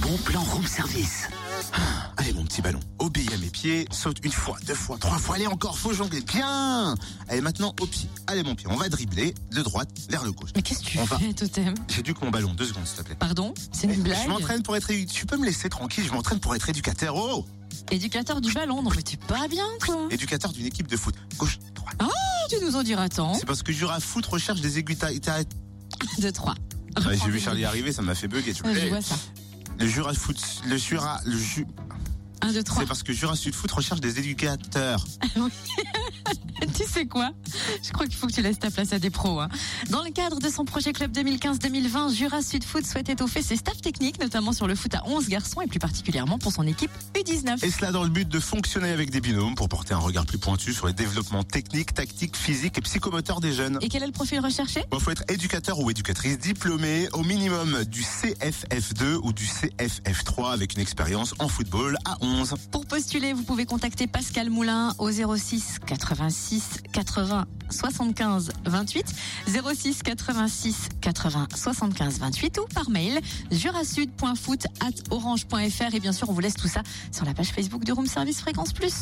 bon plan room service. Ah, allez mon petit ballon, obéis à mes pieds, saute une fois, deux fois, trois fois, allez encore, faut jongler, bien Allez maintenant au pied, allez mon pied, on va dribbler de droite vers le gauche. Mais qu'est-ce que tu On va. fais, Totem J'éduque mon ballon, deux secondes s'il te plaît. Pardon C'est une Eh, blague Je m'entraîne pour être édu- Tu peux me laisser tranquille, je m'entraîne pour être éducateur. Oh Éducateur du ballon, non mais t'es pas bien, toi Éducateur d'une équipe de foot. Gauche, droite. Tu nous en diras tant C'est parce que Jura Foot recherche des éducateurs. De trois. Ouais, J'ai vu Charlie arriver, ça m'a fait bugger. tu vois. Ouais, Ah, je Eh, vois ça. Le Jura Foot. Le Jura. Le Ju- Un, deux, trois. C'est parce que Jura Sud Foot recherche des éducateurs. tu sais quoi Je crois qu'il faut que tu laisses ta place à des pros. hein. Dans le cadre de son projet Club 2015-2020, Jura Sud Foot souhaite étoffer ses staffs techniques, notamment sur le foot à 11 garçons et plus particulièrement pour son équipe U19. Et cela dans le but de fonctionner avec des binômes pour porter un regard plus pointu sur les développements techniques, tactiques, physiques et psychomoteurs des jeunes. Et quel est le profil recherché Il faut être éducateur ou éducatrice diplômé au minimum du CFF2 ou du CFF3 avec une expérience en football à 11. Pour postuler, vous pouvez contacter Pascal Moulin au 06 86 80 75 28, 06 86 80 75 28 ou par mail jurasud.foot@orange.fr et bien sûr on vous laisse tout ça sur la page Facebook de Room Service Fréquence Plus.